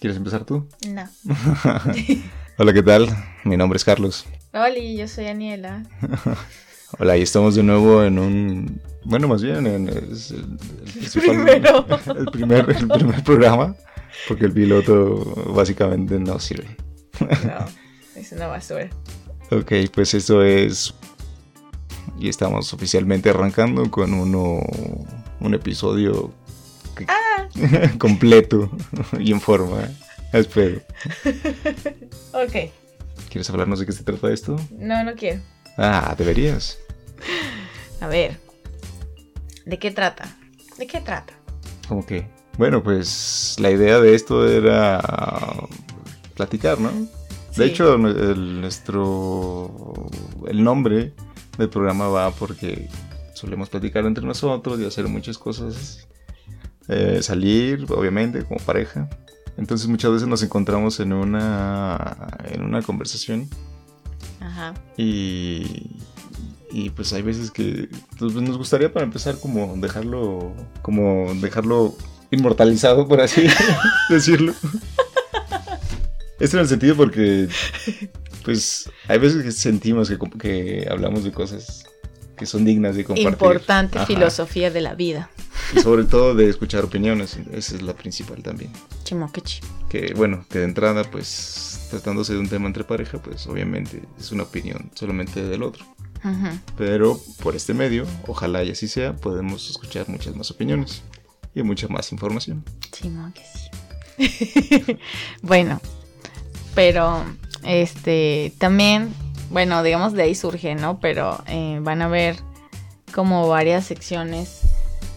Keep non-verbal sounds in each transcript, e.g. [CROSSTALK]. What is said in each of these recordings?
¿Quieres empezar tú? [LAUGHS] No. Hola, ¿qué tal? Mi nombre es Carlos. Hola, yo soy Aniela. Hola, y estamos de nuevo en un... Bueno, más bien en... es el, [LAUGHS] el primero. el primer, el primer programa, porque el piloto básicamente no sirve. No, es una basura. Ok, pues esto es... Y estamos oficialmente arrancando con uno, un episodio que- Ah, [LAUGHS] completo y en forma. Espero. ok. ¿Quieres hablarnos de qué se trata esto? No, no quiero. Ah, deberías. A ver. ¿De qué trata? ¿De qué trata? ¿Cómo que? Bueno, pues la idea de esto era platicar, ¿no? Sí. De hecho, el, nuestro. El nombre del programa va porque solemos platicar entre nosotros y hacer muchas cosas. eh, salir, obviamente, como pareja. Entonces, muchas veces nos encontramos en una, en una conversación Ajá. y, y, pues hay veces que pues, nos gustaría para empezar como dejarlo, como dejarlo inmortalizado, por así [LAUGHS] decirlo. Esto en el sentido porque pues hay veces que sentimos que, comp- que hablamos de cosas que son dignas de compartir. Importante Ajá. filosofía de la vida. Y sobre todo de escuchar opiniones, esa es la principal también. Chimokechi. Que bueno, que de entrada pues tratándose de un tema entre pareja pues obviamente es una opinión solamente del otro. Ujú. Pero por este medio, ojalá y así sea, podemos escuchar muchas más opiniones y mucha más información. Simón que sí. [LAUGHS] bueno, pero este también, bueno, digamos de ahí surge, ¿no? Pero eh, van a ver como varias secciones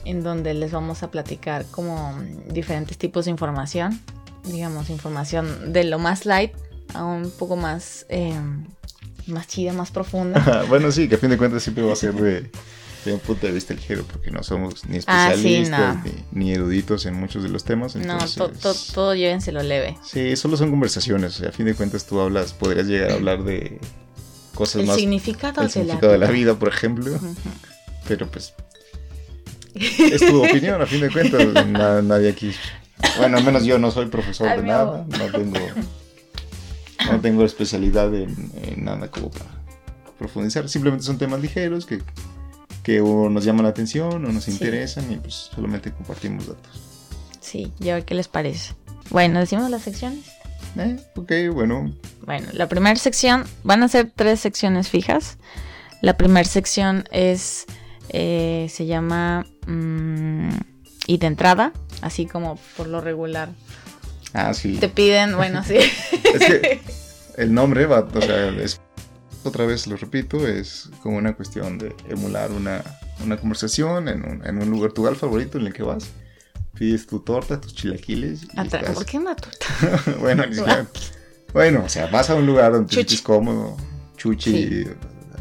en donde les vamos a platicar como mm, diferentes tipos de información, digamos información de lo más light a un poco más eh, más chida, más profunda. [LAUGHS] bueno, sí, que a fin de cuentas siempre va a ser de, de un punto de vista ligero, porque no somos ni Ah, sí, especialistas ni, ni eruditos en muchos de los temas. No, Entonces, to- to- todo llévenselo leve. Sí, solo son conversaciones. o sea, a fin de cuentas tú hablas, podrías llegar a hablar de cosas El más... significado, el significado de la vida, por ejemplo. Ujú. Pero pues es tu opinión, a fin de cuentas. [LAUGHS] na- nadie aquí. Bueno, al menos yo no soy profesor Ay, de mi nada. amor. No tengo, no tengo especialidad en, en nada como para profundizar. Simplemente son temas ligeros que, que o nos llaman la atención o nos Sí. interesan y pues solamente compartimos datos. Sí, ya ver qué les parece. Bueno, decimos las secciones. Eh, ok, bueno. Bueno, la primera sección van a ser tres secciones fijas. La primera sección es eh, se llama mm, y de entrada, así como por lo regular. Ah, sí. Te piden, bueno, [LAUGHS] sí. Es [LAUGHS] que el nombre va, o sea, es- otra vez lo repito, es como una cuestión de emular una, una conversación en un, en un lugar, tu lugar favorito en el que vas. Pides tu torta, tus chilaquiles. y Atra- estás- ¿Por qué una torta? [LAUGHS] bueno, ni [LAUGHS] siquiera- Bueno, o sea, vas a un lugar donde te Chuchi. sientes cómodo, chuchi, Sí.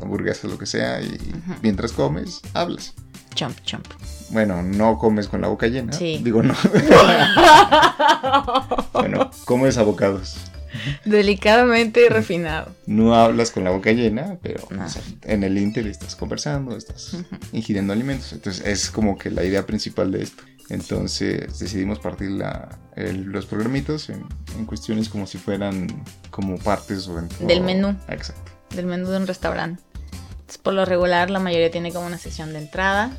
hamburguesas, lo que sea, y Ujú. mientras comes, hablas. Chomp, chomp. Bueno, no comes con la boca llena. Sí. Digo, [LAUGHS] no. [LAUGHS] bueno, comes abocados. Delicadamente refinado. No hablas con la boca llena, pero No. o sea, en el Inter estás conversando, estás Ah. Ujú. ingiriendo alimentos. Entonces es como que la idea principal de esto. Entonces decidimos partir la- el- los programitos en, en cuestiones como si fueran como partes o en- Del o- menú. Exacto. [LAUGHS] del menú de un restaurante. Entonces, por lo regular, la mayoría tiene como una sección de entrada,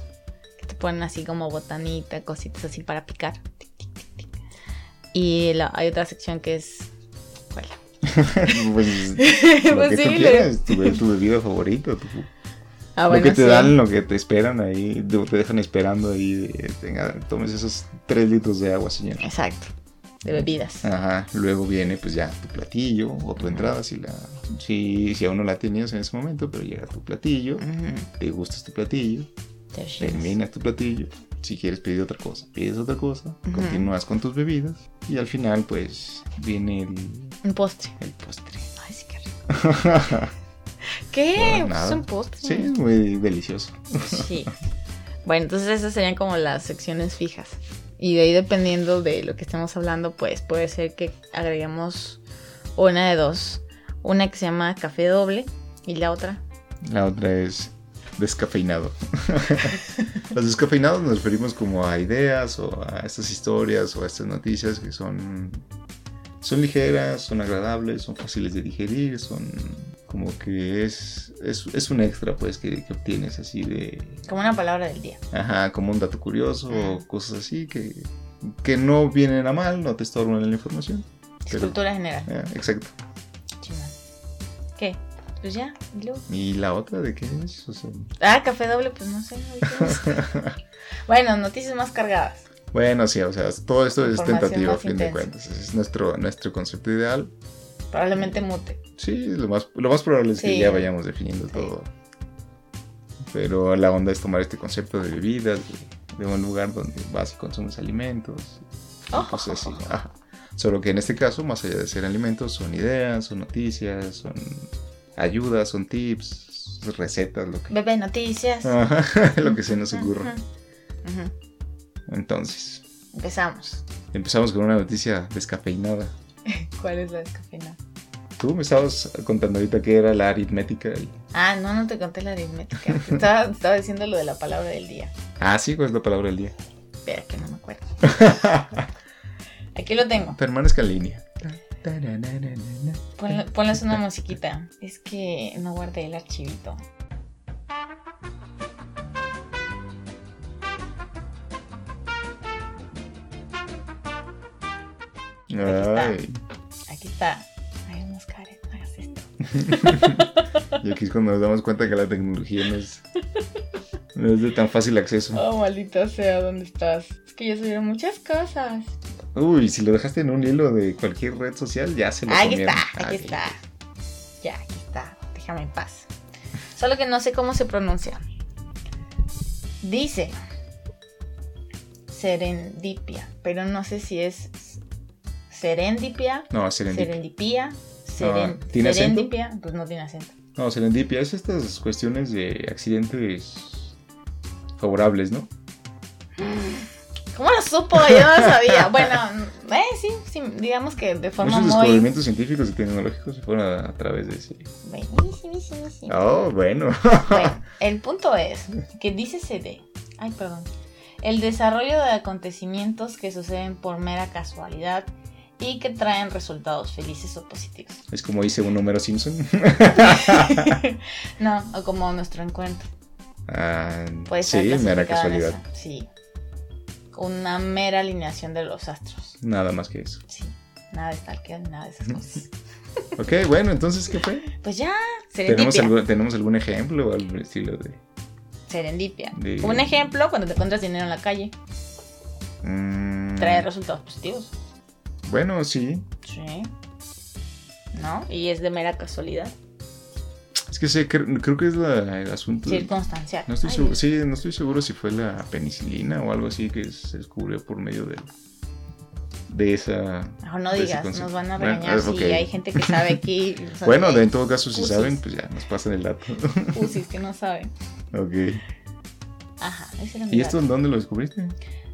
que te ponen así como botanita, cositas así para picar. Tic, tic, tic, tic. Y la- hay otra sección que es... ¿Cuál? [LAUGHS] pues, [LAUGHS] lo que Pues tú sí, le- quieras, tu, be- tu bebida favorita, tu- Ah, lo bueno, que te sí. dan, lo que te esperan ahí, te te dejan esperando ahí. de, tenga, tomes esos tres litros de agua, señor. Exacto, de bebidas. Ajá, luego viene pues ya tu platillo o tu entrada si la si, si aún no la tenías en ese momento, pero llega tu platillo, Ujú, te gustas tu platillo, te llenas. terminas tu platillo, si quieres pedir otra cosa, pides otra cosa, Ujú. continúas con tus bebidas y al final pues viene el, Un postre. el postre. Ay, sí, qué rico. [LAUGHS] ¿Qué? Pues No, nada. es un postre. Sí, es muy delicioso. Sí. Bueno, entonces esas serían como las secciones fijas. Y de ahí dependiendo de lo que estemos hablando, pues puede ser que agreguemos una de dos. Una que se llama café doble y la otra. La otra es descafeinado. Los descafeinados nos referimos como a ideas o a estas historias o a estas noticias que son Son ligeras, son agradables, son fáciles de digerir, son como que es, es, es un extra pues que, que obtienes así de, Como una palabra del día. ajá, como un dato curioso o cosas así que, que no vienen a mal, no te estorban en la información. Pero- Escultura general. Ah, exacto. Chimón. ¿Qué? Pues ya, y luego. ¿Y la otra de qué es? O sea, Ah, café doble, pues no sé. ahorita no sé. [LAUGHS] bueno, noticias más cargadas. bueno, sí, o sea, todo esto es Información tentativo a más fin de intensa. cuentas. Es nuestro, nuestro concepto ideal. Probablemente mute. Sí, lo más, lo más probable es que Sí. ya vayamos definiendo Sí. todo. Pero la onda es tomar este concepto de bebidas, de, de un lugar donde vas y consumes alimentos, Oh, cosas así. Ajá. Solo que en este caso, más allá de ser alimentos, son ideas, son noticias, son ayudas, son tips, recetas, lo que, Bebé noticias. Ajá, [LAUGHS] lo que Ah, se nos ocurra. Ujú, ujú. Entonces, Empezamos. empezamos con una noticia descafeinada. ¿Cuál es la descafeinada? Tú me estabas contando ahorita que era la aritmética. y- Ah, no, no te conté la aritmética. Te estaba, te estaba diciendo lo de la palabra del día. Ah, sí, ¿cuál es la palabra del día? Pero que no me acuerdo. Aquí lo tengo. Permanezca en línea. Ponle- ponles una musiquita. Es que no guardé el archivito. está. Ay, Aquí está. Ay, unos Karen, no hagas esto. y aquí es cuando nos damos cuenta que la tecnología no es, no es de tan fácil acceso. Oh, maldita sea, ¿dónde estás? Es que ya subieron muchas cosas. Uy, si lo dejaste en un hilo de cualquier red social, ya se lo Aquí comieron. está, Ah, aquí está. Ya, aquí está. Déjame en paz. Solo que no sé cómo se pronuncia. Dice serendipia, pero no sé si es serendipia, No, serendipia. serendipia, seren- Ah, ¿tiene acento? serendipia, pues no tiene acento. No, serendipia es estas cuestiones de accidentes favorables, ¿no? ¿Cómo lo supo? Yo no lo sabía. [LAUGHS] Bueno, eh, sí, sí, digamos que de forma Muchos muy... descubrimientos científicos y tecnológicos se fueron a, a través de ese. Buenísimísimísima. Oh, bueno. Bueno, el punto es que dice CD, ay perdón, el desarrollo de acontecimientos que suceden por mera casualidad y que traen resultados felices o positivos. [LAUGHS] Es como dice un número Simpson. no, o como nuestro encuentro. Ah, Puede sí, ser mera clasificado en casualidad. eso, Sí. Una mera alineación de los astros. Nada más que eso. Sí. Nada de stalker, nada de esas [LAUGHS] cosas. Ok, bueno, entonces, ¿qué fue? Pues ya, ¿Tenemos serendipia. algún, ¿Tenemos algún ejemplo o algún estilo de...? Serendipia. de- Un ejemplo, cuando te encuentras dinero en la calle, Mm, trae resultados positivos. Bueno, sí. Sí. ¿No? Y es de mera casualidad. Es que sé, cre- creo que es la, el asunto... Circunstancial. Mm. No estoy Ay, seguro, Dios. sí, no estoy seguro si fue la penicilina o algo así que se descubrió por medio de, de esa... Mejor no de ese digas, concepto. nos van a Bueno, regañar es si ok. hay gente que sabe [LAUGHS] aquí. o sea, Bueno, hay de- [LAUGHS] en todo caso, si Usis. saben, pues ya nos pasan el dato. [LAUGHS] pusis que no saben. ok. Ajá, ese era mi ¿Y esto dato. en dónde lo descubriste?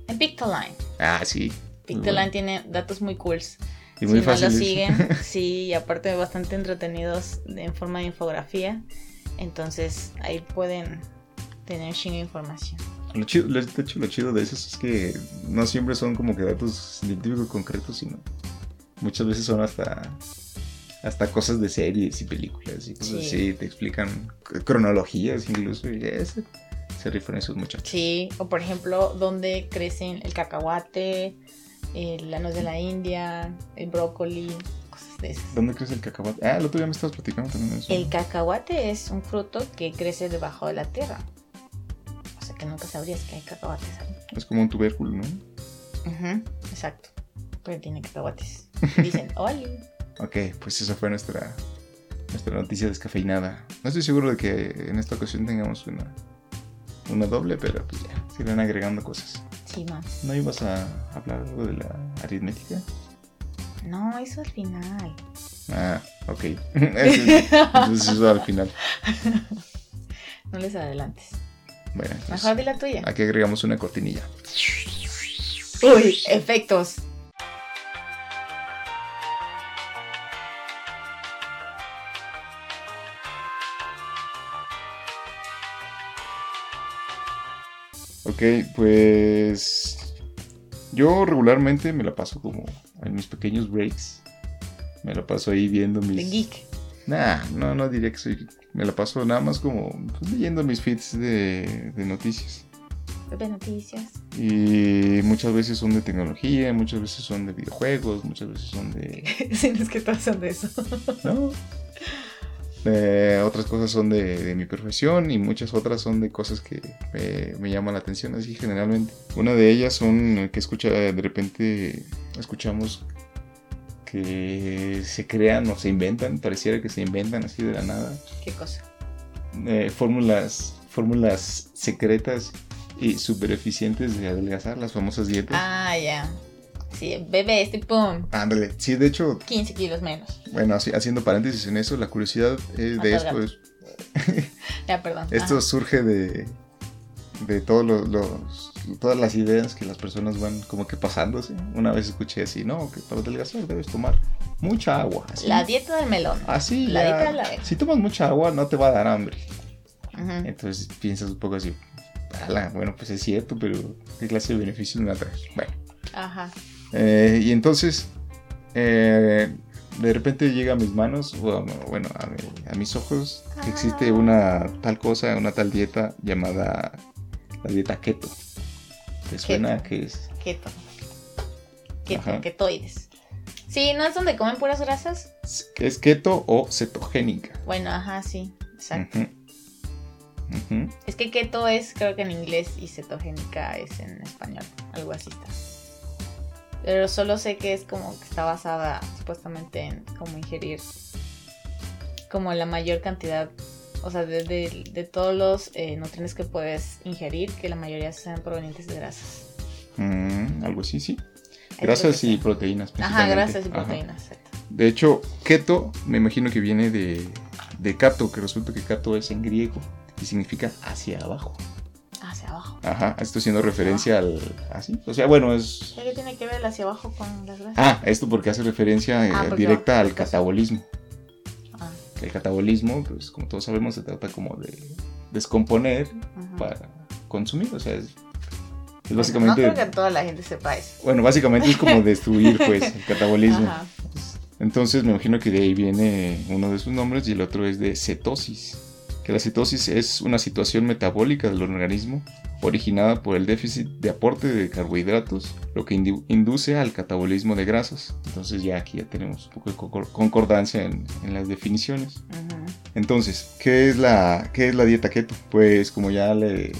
En Pictoline. Ah, sí. Pictoline tiene datos muy cools. Y muy si fácil. no lo [LAUGHS] siguen, sí, y aparte bastante entretenidos de- en forma de infografía. Entonces ahí pueden tener un chingo de información. Lo chido, lo, de hecho, lo chido de esos es que no siempre son como que datos científicos concretos, sino muchas veces son hasta hasta cosas de series y películas y cosas Sí. así, te explican c- cronologías incluso y ese, se rifan esos muchachos. Sí, o por ejemplo, dónde crecen el cacahuate, el- la nuez de la India, el brócoli, cosas de esas. ¿Dónde crees el cacahuate? Ah, el otro día me estabas platicando también de eso. El cacahuate es un fruto que crece debajo de la tierra. O sea que nunca sabrías que hay cacahuates ahí. Es como un tubérculo, ¿no? Ujú, exacto. Pero tiene [LAUGHS] cacahuates. Dicen, ¡Oli! Ok, pues esa fue nuestra, nuestra noticia descafeinada. No estoy seguro de que en esta ocasión tengamos una, una doble, pero pues ya, se irán agregando cosas. Sí, ma. ¿No ibas a hablar algo de la aritmética? No, eso al final. Ah, ok. [LAUGHS] Eso- Entonces eso al final. no les adelantes. Bueno, entonces, Mejor di la tuya. aquí agregamos una cortinilla. Uy, efectos. Ok, pues yo regularmente me la paso como en mis pequeños breaks Me la paso ahí viendo De mis. geek. Nah, no, no diría que soy. geek. Me la paso nada más como pues, leyendo mis feeds de, de noticias. De noticias. [LAUGHS] Y muchas veces son de tecnología, muchas veces son de videojuegos, muchas veces son de. Sí, no es que todas son de eso. ¿no? Eh, otras cosas son de, de mi profesión y muchas otras son de cosas que eh, me llaman la atención así generalmente. Una de ellas son eh, que escucha, de repente escuchamos que se crean o se inventan, pareciera que se inventan así de la nada, ¿Qué cosa? eh, fórmulas, fórmulas secretas y super eficientes de adelgazar, las famosas dietas. Ah, ya. Sí, bebé, este pum. Ándale, sí, de hecho, 15 kilos menos. bueno, así- haciendo paréntesis en eso, la curiosidad eh, de Adelgaza. esto es Ya, perdón. Esto Ajá. surge de, de todos los, los- todas las ideas que las personas van como que pasándose. Una vez escuché así, no, que para adelgazar debes tomar mucha agua. Así, La dieta del melón. así la ya- dieta de la vez. Si tomas mucha agua no te va a dar hambre. Ujú. Entonces piensas un poco así, "Ala, bueno, pues es cierto, pero ¿qué clase de beneficio me va a traer? Bueno, Ajá. eh, y entonces eh, de repente llega a mis manos, o a- bueno, a, mi- a mis ojos, que Ah. existe una tal cosa, una tal dieta llamada la dieta keto. ¿Te suena que es? Keto. Keto, Ajá. ketoides. Sí, ¿no es donde comen puras grasas? ¿Es keto o cetogénica? Bueno, ajá, sí. Exacto. Ujú. Ujú. Es que keto es, creo que en inglés, y cetogénica es en español. Algo así está. Pero solo sé que es como que está basada supuestamente en como ingerir como la mayor cantidad, o sea, de, de- de todos los eh, nutrientes que puedes ingerir, que la mayoría sean provenientes de grasas. Mm, algo así, sí. Ay, Grasas creo y que sí. proteínas. Ajá, principalmente. grasas y Ajá. proteínas, exacto. De hecho, keto me imagino que viene de, de kato, que resulta que kato es en griego y significa hacia abajo. Hacia abajo. Ajá, esto haciendo referencia al. Así. O sea, bueno, es. ¿Pero ¿Qué tiene que ver el hacia abajo con las grasas? Ah, esto porque hace referencia eh, Ah, porque directa va- al porque- catabolismo. Ah, El catabolismo, pues como todos sabemos, se trata como de descomponer ajá. para consumir. O sea, es, es Bueno, básicamente. Pues, no creo que toda la gente sepa eso. Bueno, básicamente es como destruir, pues, [LAUGHS] el catabolismo. Ajá. Entonces me imagino que de ahí viene uno de sus nombres y el otro es de cetosis. Que la cetosis es una situación metabólica del organismo originada por el déficit de aporte de carbohidratos, lo que indu- induce al catabolismo de grasas. Entonces ya aquí ya tenemos un poco de concor- concordancia en, en las definiciones. Ujú. Entonces, ¿qué es la, qué es la dieta keto? Pues como ya, le,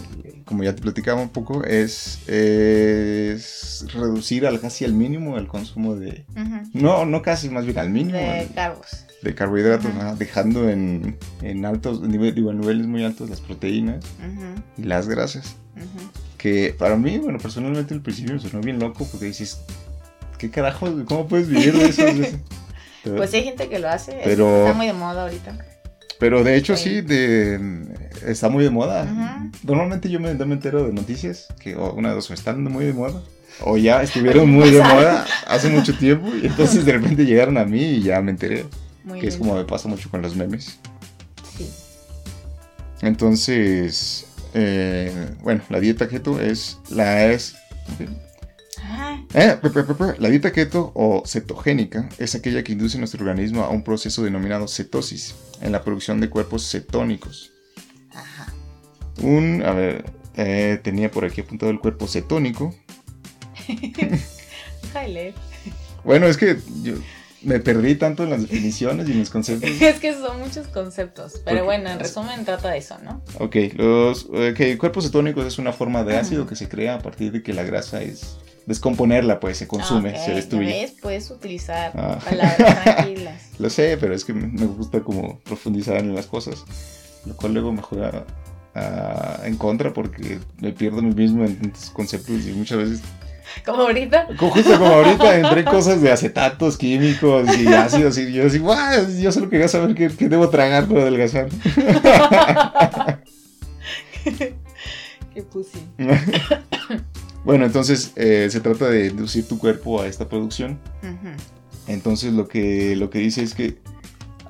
como ya te platicaba un poco, es, es reducir al casi al mínimo el consumo de... Ujú. No, no casi, más bien al mínimo. De el- carbos. de carbohidratos, Ajá. ajá, dejando en, en altos nive- digo, en niveles muy altos las proteínas Ujú, y las grasas. ujú. Que para mí, bueno, personalmente al principio me sonó bien loco porque dices, ¿qué carajo? ¿Cómo puedes vivir de [LAUGHS] eso? O sea, pero- Pues sí hay gente que lo hace. es- Pero- Está muy de moda ahorita. Pero de hecho sí, Sí. de, está muy de moda. Ajá. Normalmente yo me, me entero de noticias que o una de dos o están muy de moda o ya estuvieron muy de moda hace mucho tiempo y entonces de repente llegaron a mí y ya me enteré. Muy Que es bien. como me pasa mucho con los memes. Sí. Entonces, eh, bueno, la dieta keto es la es Ajá. eh, pe- pe- pe- pe- la dieta keto o cetogénica es aquella que induce nuestro organismo a un proceso denominado cetosis en la producción de cuerpos cetónicos. Ajá. Un, a ver, eh, tenía por aquí apuntado el cuerpo cetónico. Deja de leer. Bueno, es que yo me perdí tanto en las definiciones y en los conceptos. [LAUGHS] Es que son muchos conceptos. Porque- Pero bueno, en resumen trata de eso, ¿no? Ok, los ok, cuerpos cetónicos es una forma de Ajá. ácido que se crea a partir de que la grasa es descomponerla, pues se consume, Ah, ok, se ya destruye. ves, Puedes utilizar Ah. [LAUGHS] palabras tranquilas. Lo sé, pero es que me- me gusta como profundizar en las cosas. Lo cual luego me juega ah, en contra porque me pierdo a mí mismo en tantos conceptos y muchas veces, Como ahorita. como- justo como ahorita, entré cosas de acetatos químicos y ácidos y yo así, "Guau, yo solo quería saber qué, qué debo tragar para adelgazar. Que puse. bueno, entonces eh, se trata de inducir tu cuerpo a esta producción. Ujú. Entonces lo que, lo que dice es que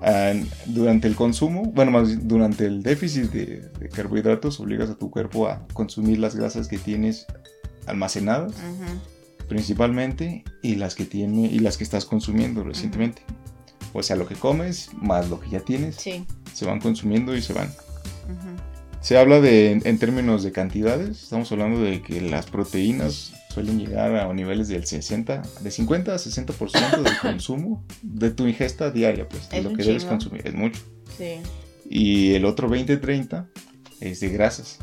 ah, durante el consumo, bueno, más bien, durante el déficit de, de carbohidratos, obligas a tu cuerpo a consumir las grasas que tienes almacenadas Ujú. principalmente y las que tiene y las que estás consumiendo recientemente. O sea, lo que comes más lo que ya tienes Sí. se van consumiendo y se van. Ujú. Se habla de, en- en términos de cantidades, estamos hablando de que las proteínas suelen llegar a niveles del 60, de 50 a 60% del consumo de tu ingesta diaria, pues, de Es lo un que debes chingo. consumir, es mucho. Sí. Y el otro 20-30 es de grasas.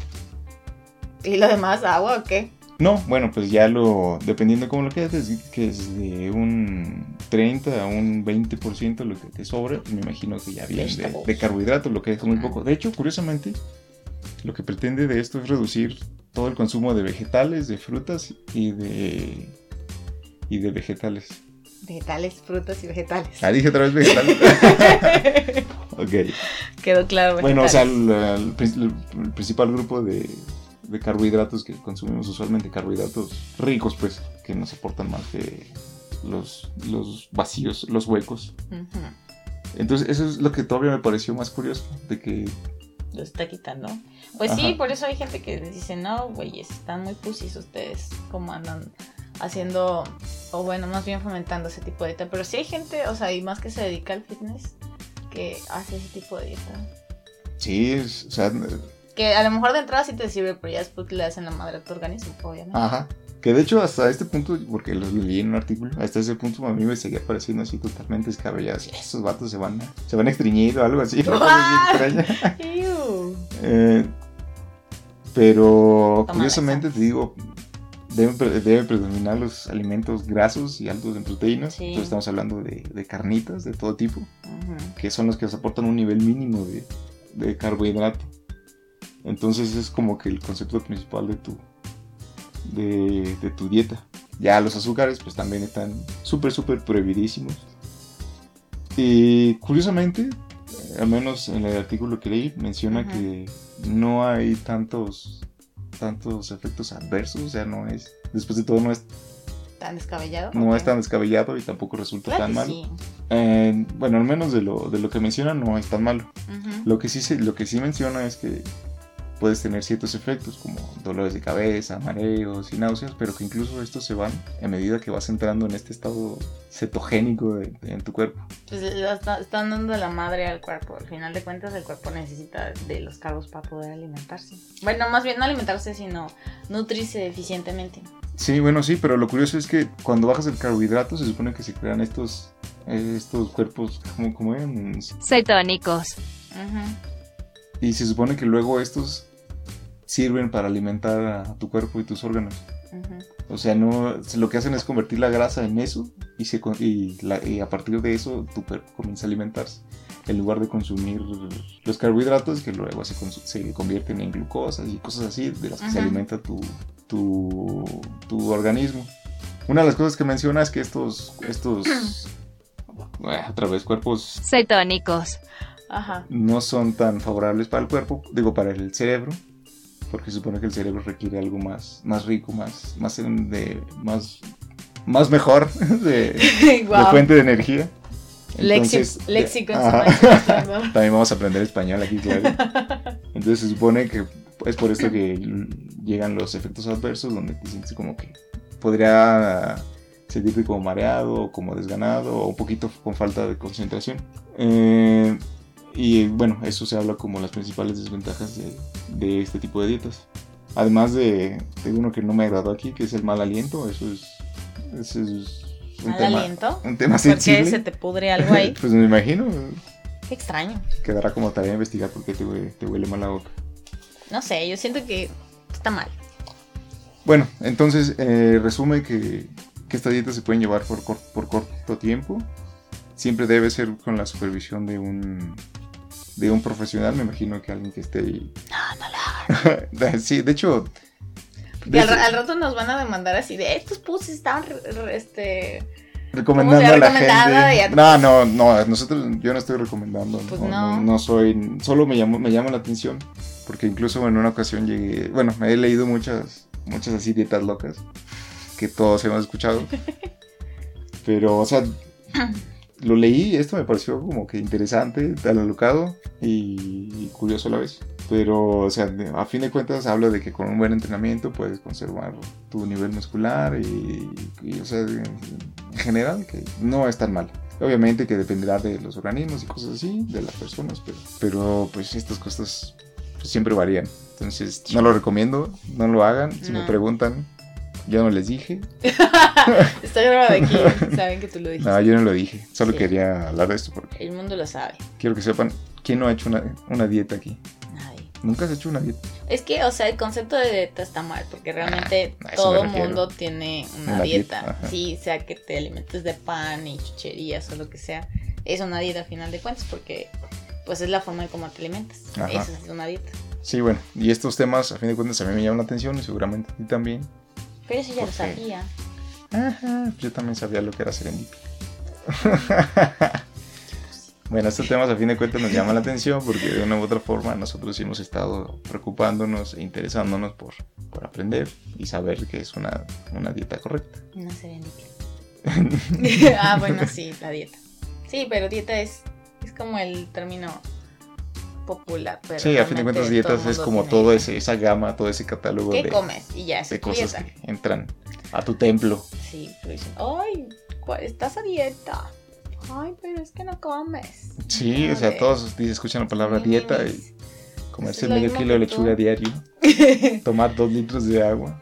¿Y lo demás, agua o qué? No, bueno, pues ya lo, dependiendo de cómo lo quedes, es- que es de un 30 a un 20% lo que te sobra, pues me imagino que ya bien de, de carbohidratos, lo que es muy Ajá. poco. De hecho, curiosamente, lo que pretende de esto es reducir todo el consumo de vegetales, de frutas y de, y de vegetales. Vegetales, frutas y vegetales. [LAUGHS] Ah, dije otra vez vegetales. ok. Quedó claro. Bueno, o sea, vegetales. el, el prin- el principal grupo de, de carbohidratos que consumimos usualmente, carbohidratos ricos, pues, que nos aportan más que los, los vacíos, los huecos. Ujú. Entonces, eso es lo que todavía me pareció más curioso, de que Lo está quitando. Pues sí, Ajá. por eso hay gente que dice, no, güeyes, están muy pusis ustedes, como andan haciendo, o bueno, más bien fomentando ese tipo de dieta. Pero sí hay gente, o sea, y más que se dedica al fitness, que hace ese tipo de dieta. sí, es- o sea, Que a lo mejor de entrada sí te sirve, pero ya después le hacen la madre a tu organismo, obviamente. ajá. Que de hecho hasta este punto, porque lo leí en un artículo, hasta ese punto a mí me seguía pareciendo así totalmente descabellado. así, Esos vatos se van a, se van a estreñir o algo así. [LAUGHS] una cosa así extraña. Iu. Eh, pero Toma curiosamente te digo, deben, pre- deben predominar los alimentos grasos y altos en proteínas. Sí. Entonces estamos hablando de, de carnitas de todo tipo, Ujú. que son los que nos aportan un nivel mínimo de, de carbohidrato. Entonces es como que el concepto principal de tu, de, de tu dieta. Ya los azúcares pues también están súper, súper prohibidísimos. Y curiosamente, eh, al menos en el artículo que leí, menciona Ajá. que no hay tantos, tantos efectos adversos, o sea, no es, después de todo no es, ¿Tan descabellado? no ¿O es qué? tan descabellado y tampoco resulta Claro tan que malo. sí. Eh, bueno, al menos de lo, de lo que menciona no es tan malo. Ujú. Lo que sí, se- lo que sí menciona es que puedes tener ciertos efectos como dolores de cabeza, mareos y náuseas, pero que incluso estos se van a medida que vas entrando en este estado cetogénico de- de- en tu cuerpo. Pues le está- están dando la madre al cuerpo. Al final de cuentas, el cuerpo necesita de los carbos para poder alimentarse. Bueno, más bien no alimentarse, sino nutrirse eficientemente. Sí, bueno, sí, pero lo curioso es que cuando bajas el carbohidrato se supone que se crean estos, eh, estos cuerpos como, como eran, Cetónicos. Ujú. y se supone que luego estos sirven para alimentar a tu cuerpo y tus órganos. Ujú. O sea, no, lo que hacen es convertir la grasa en eso y, se, con- y, la- y a partir de eso tu cuerpo comienza a alimentarse. En lugar de consumir los carbohidratos que luego se, consu- se convierten en glucosas y cosas así de las que se Ajá. alimenta tu, tu, tu organismo. Una de las cosas que menciona es que estos, estos ah, otra vez, cuerpos Cetónicos. Ajá. no son tan favorables para el cuerpo, digo, para el cerebro, porque supone que el cerebro requiere algo más, más rico, más, más, en- de, más, más mejor [LAUGHS] de, de [LAUGHS] Guau. fuente de energía. Lexi- Entonces, eh, léxico en su ajá. máximo [LAUGHS] esplendor. También vamos a aprender español aquí, [LAUGHS] claro. Entonces se supone que es por esto que llegan los efectos adversos, donde te sientes como que podría sentirte como mareado, o como desganado, o un poquito con falta de concentración. Eh, y bueno, eso se habla como las principales desventajas de, de este tipo de dietas. Además de, de uno que no me agradó aquí, que es el mal aliento, eso es, eso es un, Mal tema, aliento. un tema ¿Por qué sensible. se te pudre algo [LAUGHS] ahí? [LAUGHS] pues me imagino, Qué extraño. quedará como tarea investigar por qué te, hue- te huele mal la boca. No sé, yo siento que está mal. Bueno, entonces eh, resume que, que esta dieta se pueden llevar por, cor- por corto tiempo. Siempre debe ser con la supervisión de un, de un profesional, me imagino que alguien que esté ahí. [LAUGHS] sí, de hecho... Porque al, desde- ra- al rato nos van a demandar así de estos pusis estaban re- re- este [CLEARS THROAT] recomendando ¿Cómo se a ha la recomendado? Ya gente. te- No, no, no, nosotros yo no estoy recomendando. Pues no, no. no, no soy, solo me llamó, me llama la atención porque incluso en una ocasión llegué, bueno, me he leído muchas muchas así dietas locas que todos hemos [LAUGHS] escuchado. Pero o sea, lo leí, esto me pareció como que interesante, tan alocado y curioso a la vez. Pero, o sea, de- a fin de cuentas habla de que con un buen entrenamiento puedes conservar tu nivel muscular y, y, o sea, de- en general que no es tan mal. Obviamente que dependerá de los organismos y cosas así, de las personas, pero, pero pues estas cosas pues, siempre varían. Entonces, no lo recomiendo, no lo hagan. Si me No. preguntan, yo no les dije. Está grabado [LAUGHS] aquí, saben que tú lo dijiste. No, yo no lo dije. Solo Sí. quería hablar de esto porque El mundo lo sabe. quiero que sepan quién no ha hecho una, una dieta aquí. Nadie. Nunca has hecho una dieta. Es que, o sea, el concepto de dieta está mal, porque realmente Ah, a eso todo me refiero. mundo tiene una, Una dieta. dieta, ajá. Sí, sea que te alimentes de pan y chucherías o lo que sea. Es una dieta a final de cuentas, porque pues es la forma en cómo te alimentas. Ajá. Eso es una dieta. Sí, bueno, y estos temas a fin de cuentas a mí me llaman la atención y seguramente a ti también. Pero eso ya lo Ok. sabía. Ajá, pues yo también sabía lo que era serendipia. [LAUGHS] bueno, estos temas a fin de cuentas nos llaman la atención porque de una u otra forma nosotros sí hemos estado preocupándonos e interesándonos por, por aprender y saber que es una, una dieta correcta. No serendipia. [LAUGHS] ah, bueno, sí, la dieta. Sí, pero dieta es, es como el término popular. Pero sí, a fin de realmente cuentas todo dietas mundo es como tiene todo dieta. ese, esa gama, todo ese catálogo ¿Qué de, comes? Y ya, es de tu cosas dieta. que entran a tu templo. Sí, pero dicen, ay, ¿cuál- estás a dieta. Ay, pero es que no comes. Sí, o sea, todos di- escuchan la palabra dieta y Es comerse lo medio mismo kilo de que tú. lechuga diario, [LAUGHS] y... tomar dos litros de agua.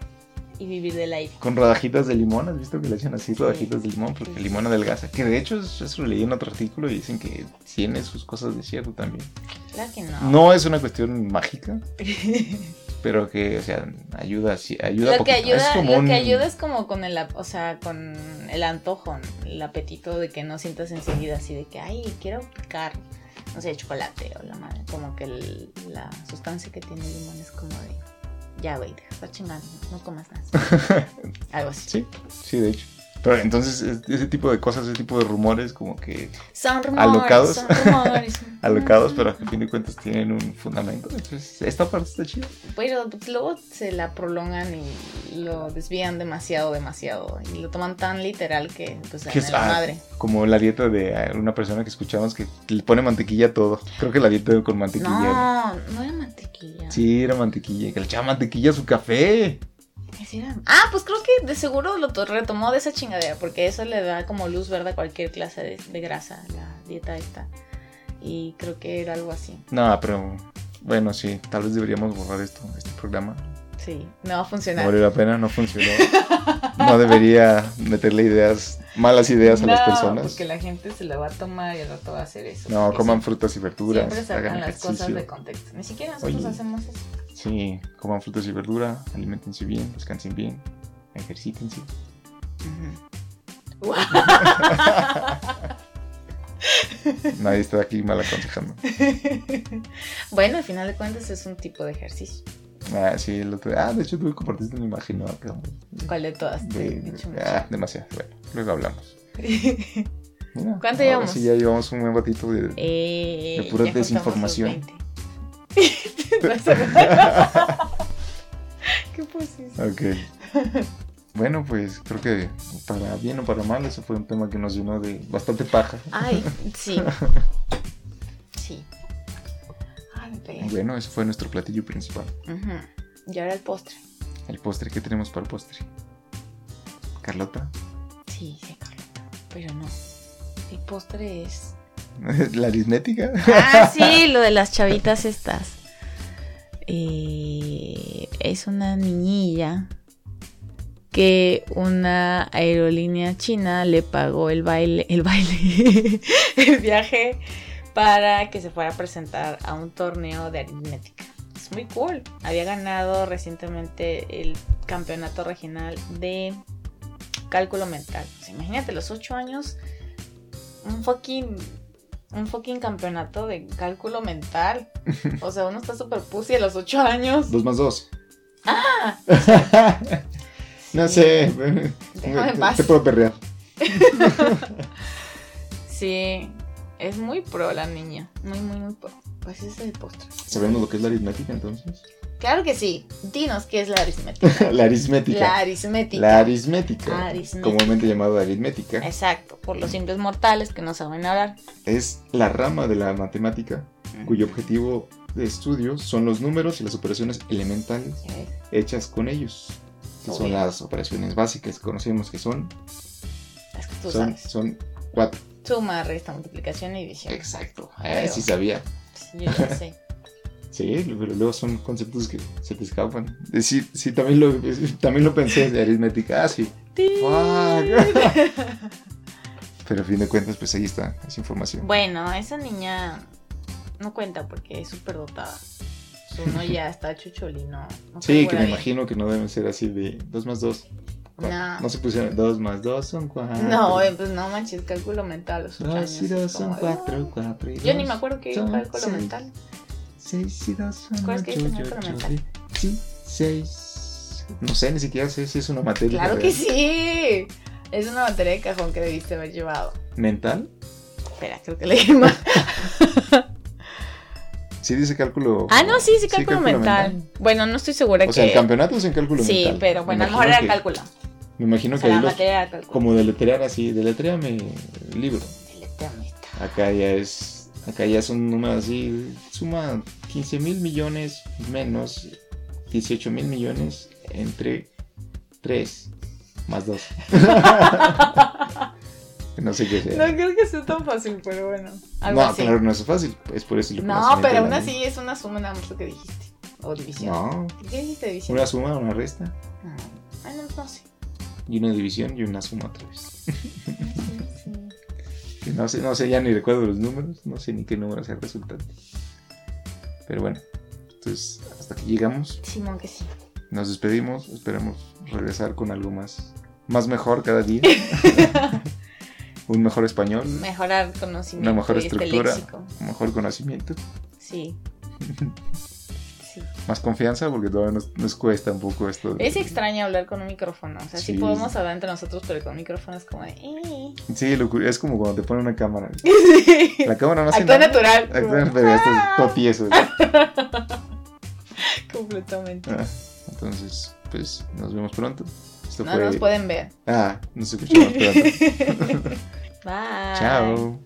vivir del aire. Con rodajitas de limón, ¿has visto que le echan así Sí. rodajitas de limón? Porque Sí. el limón adelgaza. Que de hecho, es- eso lo leí en otro artículo y dicen que tiene sus cosas de cierto también. Claro que [LAUGHS] no. No es una cuestión mágica, pero que, o sea, ayuda, sí, ayuda [LAUGHS] lo que poquito. ayuda, es como lo un- que ayuda es como con el, ap- o sea, con el antojo, el apetito de que no sientas enseguida así de que, ay, quiero picar, no sé, chocolate o la madre. Como que el- la sustancia que tiene el limón es como de, ya, güey, deja de estar chingando, no comas [LAUGHS] nada. Algo así. Sí, sí, de hecho. Pero entonces, es- ese tipo de cosas, ese tipo de rumores, como que Son rumores. Alocados. Son rumores. [LAUGHS] alocados, pero que a fin de cuentas tienen un fundamento. Entonces, esta parte está chida. Pero pues, luego se la prolongan y lo desvían demasiado, demasiado. Y lo toman tan literal que, pues, Que en es- la ah, madre. Como la dieta de eh, una persona que escuchamos que le pone mantequilla a todo. Creo que la dieta con mantequilla. era. No, no era mantequilla. Sí, era mantequilla, que le echaba mantequilla a su café. Sí era- Ah, pues creo que de seguro lo to- retomó de esa chingadera, porque eso le da como luz verde a cualquier clase de, de grasa, la dieta esta. Y creo que era algo así. No, pero bueno, sí, tal vez deberíamos borrar esto, este programa. Sí, no va a No funcionar. valió la pena, no funcionó. No debería meterle ideas, malas ideas a las No, personas. Porque la gente se la va a tomar y al rato va a hacer eso. No, Porque coman frutas y verduras, Siempre hagan sacan las cosas ejercicio. de contexto. Ni siquiera nosotros Oye. hacemos eso. Sí, coman frutas y verduras, alimentense bien, descansen bien, ejercítense. Nadie está aquí mal aconsejando. [LAUGHS] bueno, al final de cuentas es un tipo de ejercicio. Ah, sí, el otro Ah, de hecho tú compartiste una imagen, ¿no? Acá, ¿Cuál de todas? Te he de- dicho ah, demasiado. Bueno, luego hablamos. mucho. Mira, ¿Cuánto ahora llevamos? Sí, ya llevamos un buen ratito de, Eh, De pura ya juntamos desinformación. [LAUGHS] los 20. [LAUGHS] Vas a- ¿Qué pusiste? Ok. [LAUGHS] Bueno, pues creo que para bien o para mal, ese fue un tema que nos llenó de bastante paja. Ay, [LAUGHS] sí. Sí. Ay, me pegué. Bueno, ese fue nuestro platillo principal. Ujú. Y ahora el postre. El postre, ¿qué tenemos para el postre? Carlota, [LAUGHS] Sí, sí, Carlota. Pero no. El postre es. la [LAUGHS] aritmética. Ah, sí, lo de las chavitas estas. Eh, es una niñilla que una aerolínea china le pagó el baile, el baile, [LAUGHS] el viaje para que se fuera a presentar a un torneo de aritmética. Es muy cool. Había ganado recientemente el campeonato regional de cálculo mental. O sea, imagínate, los ocho años, un fucking, un fucking campeonato de [LAUGHS] cálculo mental. O sea, uno está súper pussy a los ocho años. Dos más dos. Ah. [LAUGHS] no sé. Déjame en paz. Te puedo perrear. Sí, es muy pro la niña. Muy, muy, muy pro. Pues ese es el postre. ¿Sabemos lo que es la aritmética entonces? Claro que sí. Dinos qué es la aritmética. la aritmética. La aritmética. La aritmética, Aritmética. comúnmente llamada aritmética, Exacto, por los simples mortales que no saben hablar. es la rama de la matemática cuyo objetivo de estudio son los números y las operaciones elementales Ya ves. hechas con ellos, que son Obvio. las operaciones básicas que conocemos que son, Las que tú son, sabes. son cuatro, Suma, resta, multiplicación y división. Exacto. Ah, sí sabía. Sí, yo lo [LAUGHS] sé. Sí, pero luego son conceptos que se te escapan. Eh, Sí, sí también, lo, eh, también lo pensé de aritmética. Ah, sí. Fuck. Pero a fin de cuentas, pues ahí está, esa información. [LAUGHS] Bueno, esa niña no cuenta porque es súper dotada. Uno [LAUGHS] ya está chucholino. No Sí, calcula que me bien. imagino que no deben ser así de 2 más 2. No. No se pusieron 2 más 2 son 4. No, eh, pues no manches, cálculo mental. a Los ocho 2 y años, 2 es son como, 4, ah. 4 y 2. Yo ni me acuerdo que era son cálculo seis. mental. 6 y 2 son ¿Cuál es que 8. dicen cálculo mental? Sí, 6. No sé, ni siquiera sé si es una materia. Claro que real. sí. Es una batería de cajón que debiste haber llevado. ¿Mental? Espera, creo que leí [LAUGHS] mal. Sí, dice cálculo. Ah, no, sí, sí, cálculo, mental. Bueno, no estoy segura O que. sea, el campeonato es en cálculo sí, mental. pero Me bueno, a lo imagino mejor era que- cálculo. Me imagino O que sea, la ahí los. materia era cálculo. Como deletrear así, deletreame el libro. Acá ya es. Acá ya son números así. Suma 15 mil millones menos 18 mil millones entre 3 más [LAUGHS] 2. no sé qué sea. No creo que sea tan fácil, pero bueno. Algo No, así. claro, no es fácil. Es por eso lo que no, más me pero aún entienden. así es una suma nada más lo que dijiste. O división. No, ¿Qué dijiste división? una suma, una resta. Ah, Bueno, no sé. Y una división y una suma otra vez. Sí. Que No sé, no sé, ya ni recuerdo los números. No sé ni qué número sea el resultante. Pero bueno, entonces hasta aquí llegamos. Simón, que sí. Nos despedimos. Esperamos regresar con algo más, más mejor cada [LAUGHS] día. Un mejor español, Mejorar conocimiento. una mejor y este estructura, léxico. un mejor conocimiento, Sí. sí. más confianza, porque todavía nos, nos cuesta un poco esto. de- Es extraño hablar con un micrófono. O sea, sí, Sí. podemos hablar entre nosotros, pero con micrófono es como de. "Eh". Sí, lo cur- es como cuando te ponen una cámara. Sí. La cámara [LAUGHS] no hace Actúa nada. natural. Actúa natural, pero esto es todo tieso. [LAUGHS] Completamente. Ah, Entonces, pues nos vemos pronto. Esto No fue- nos pueden ver. [LAUGHS] Ah, nos escuchamos pronto. Bye. Chao.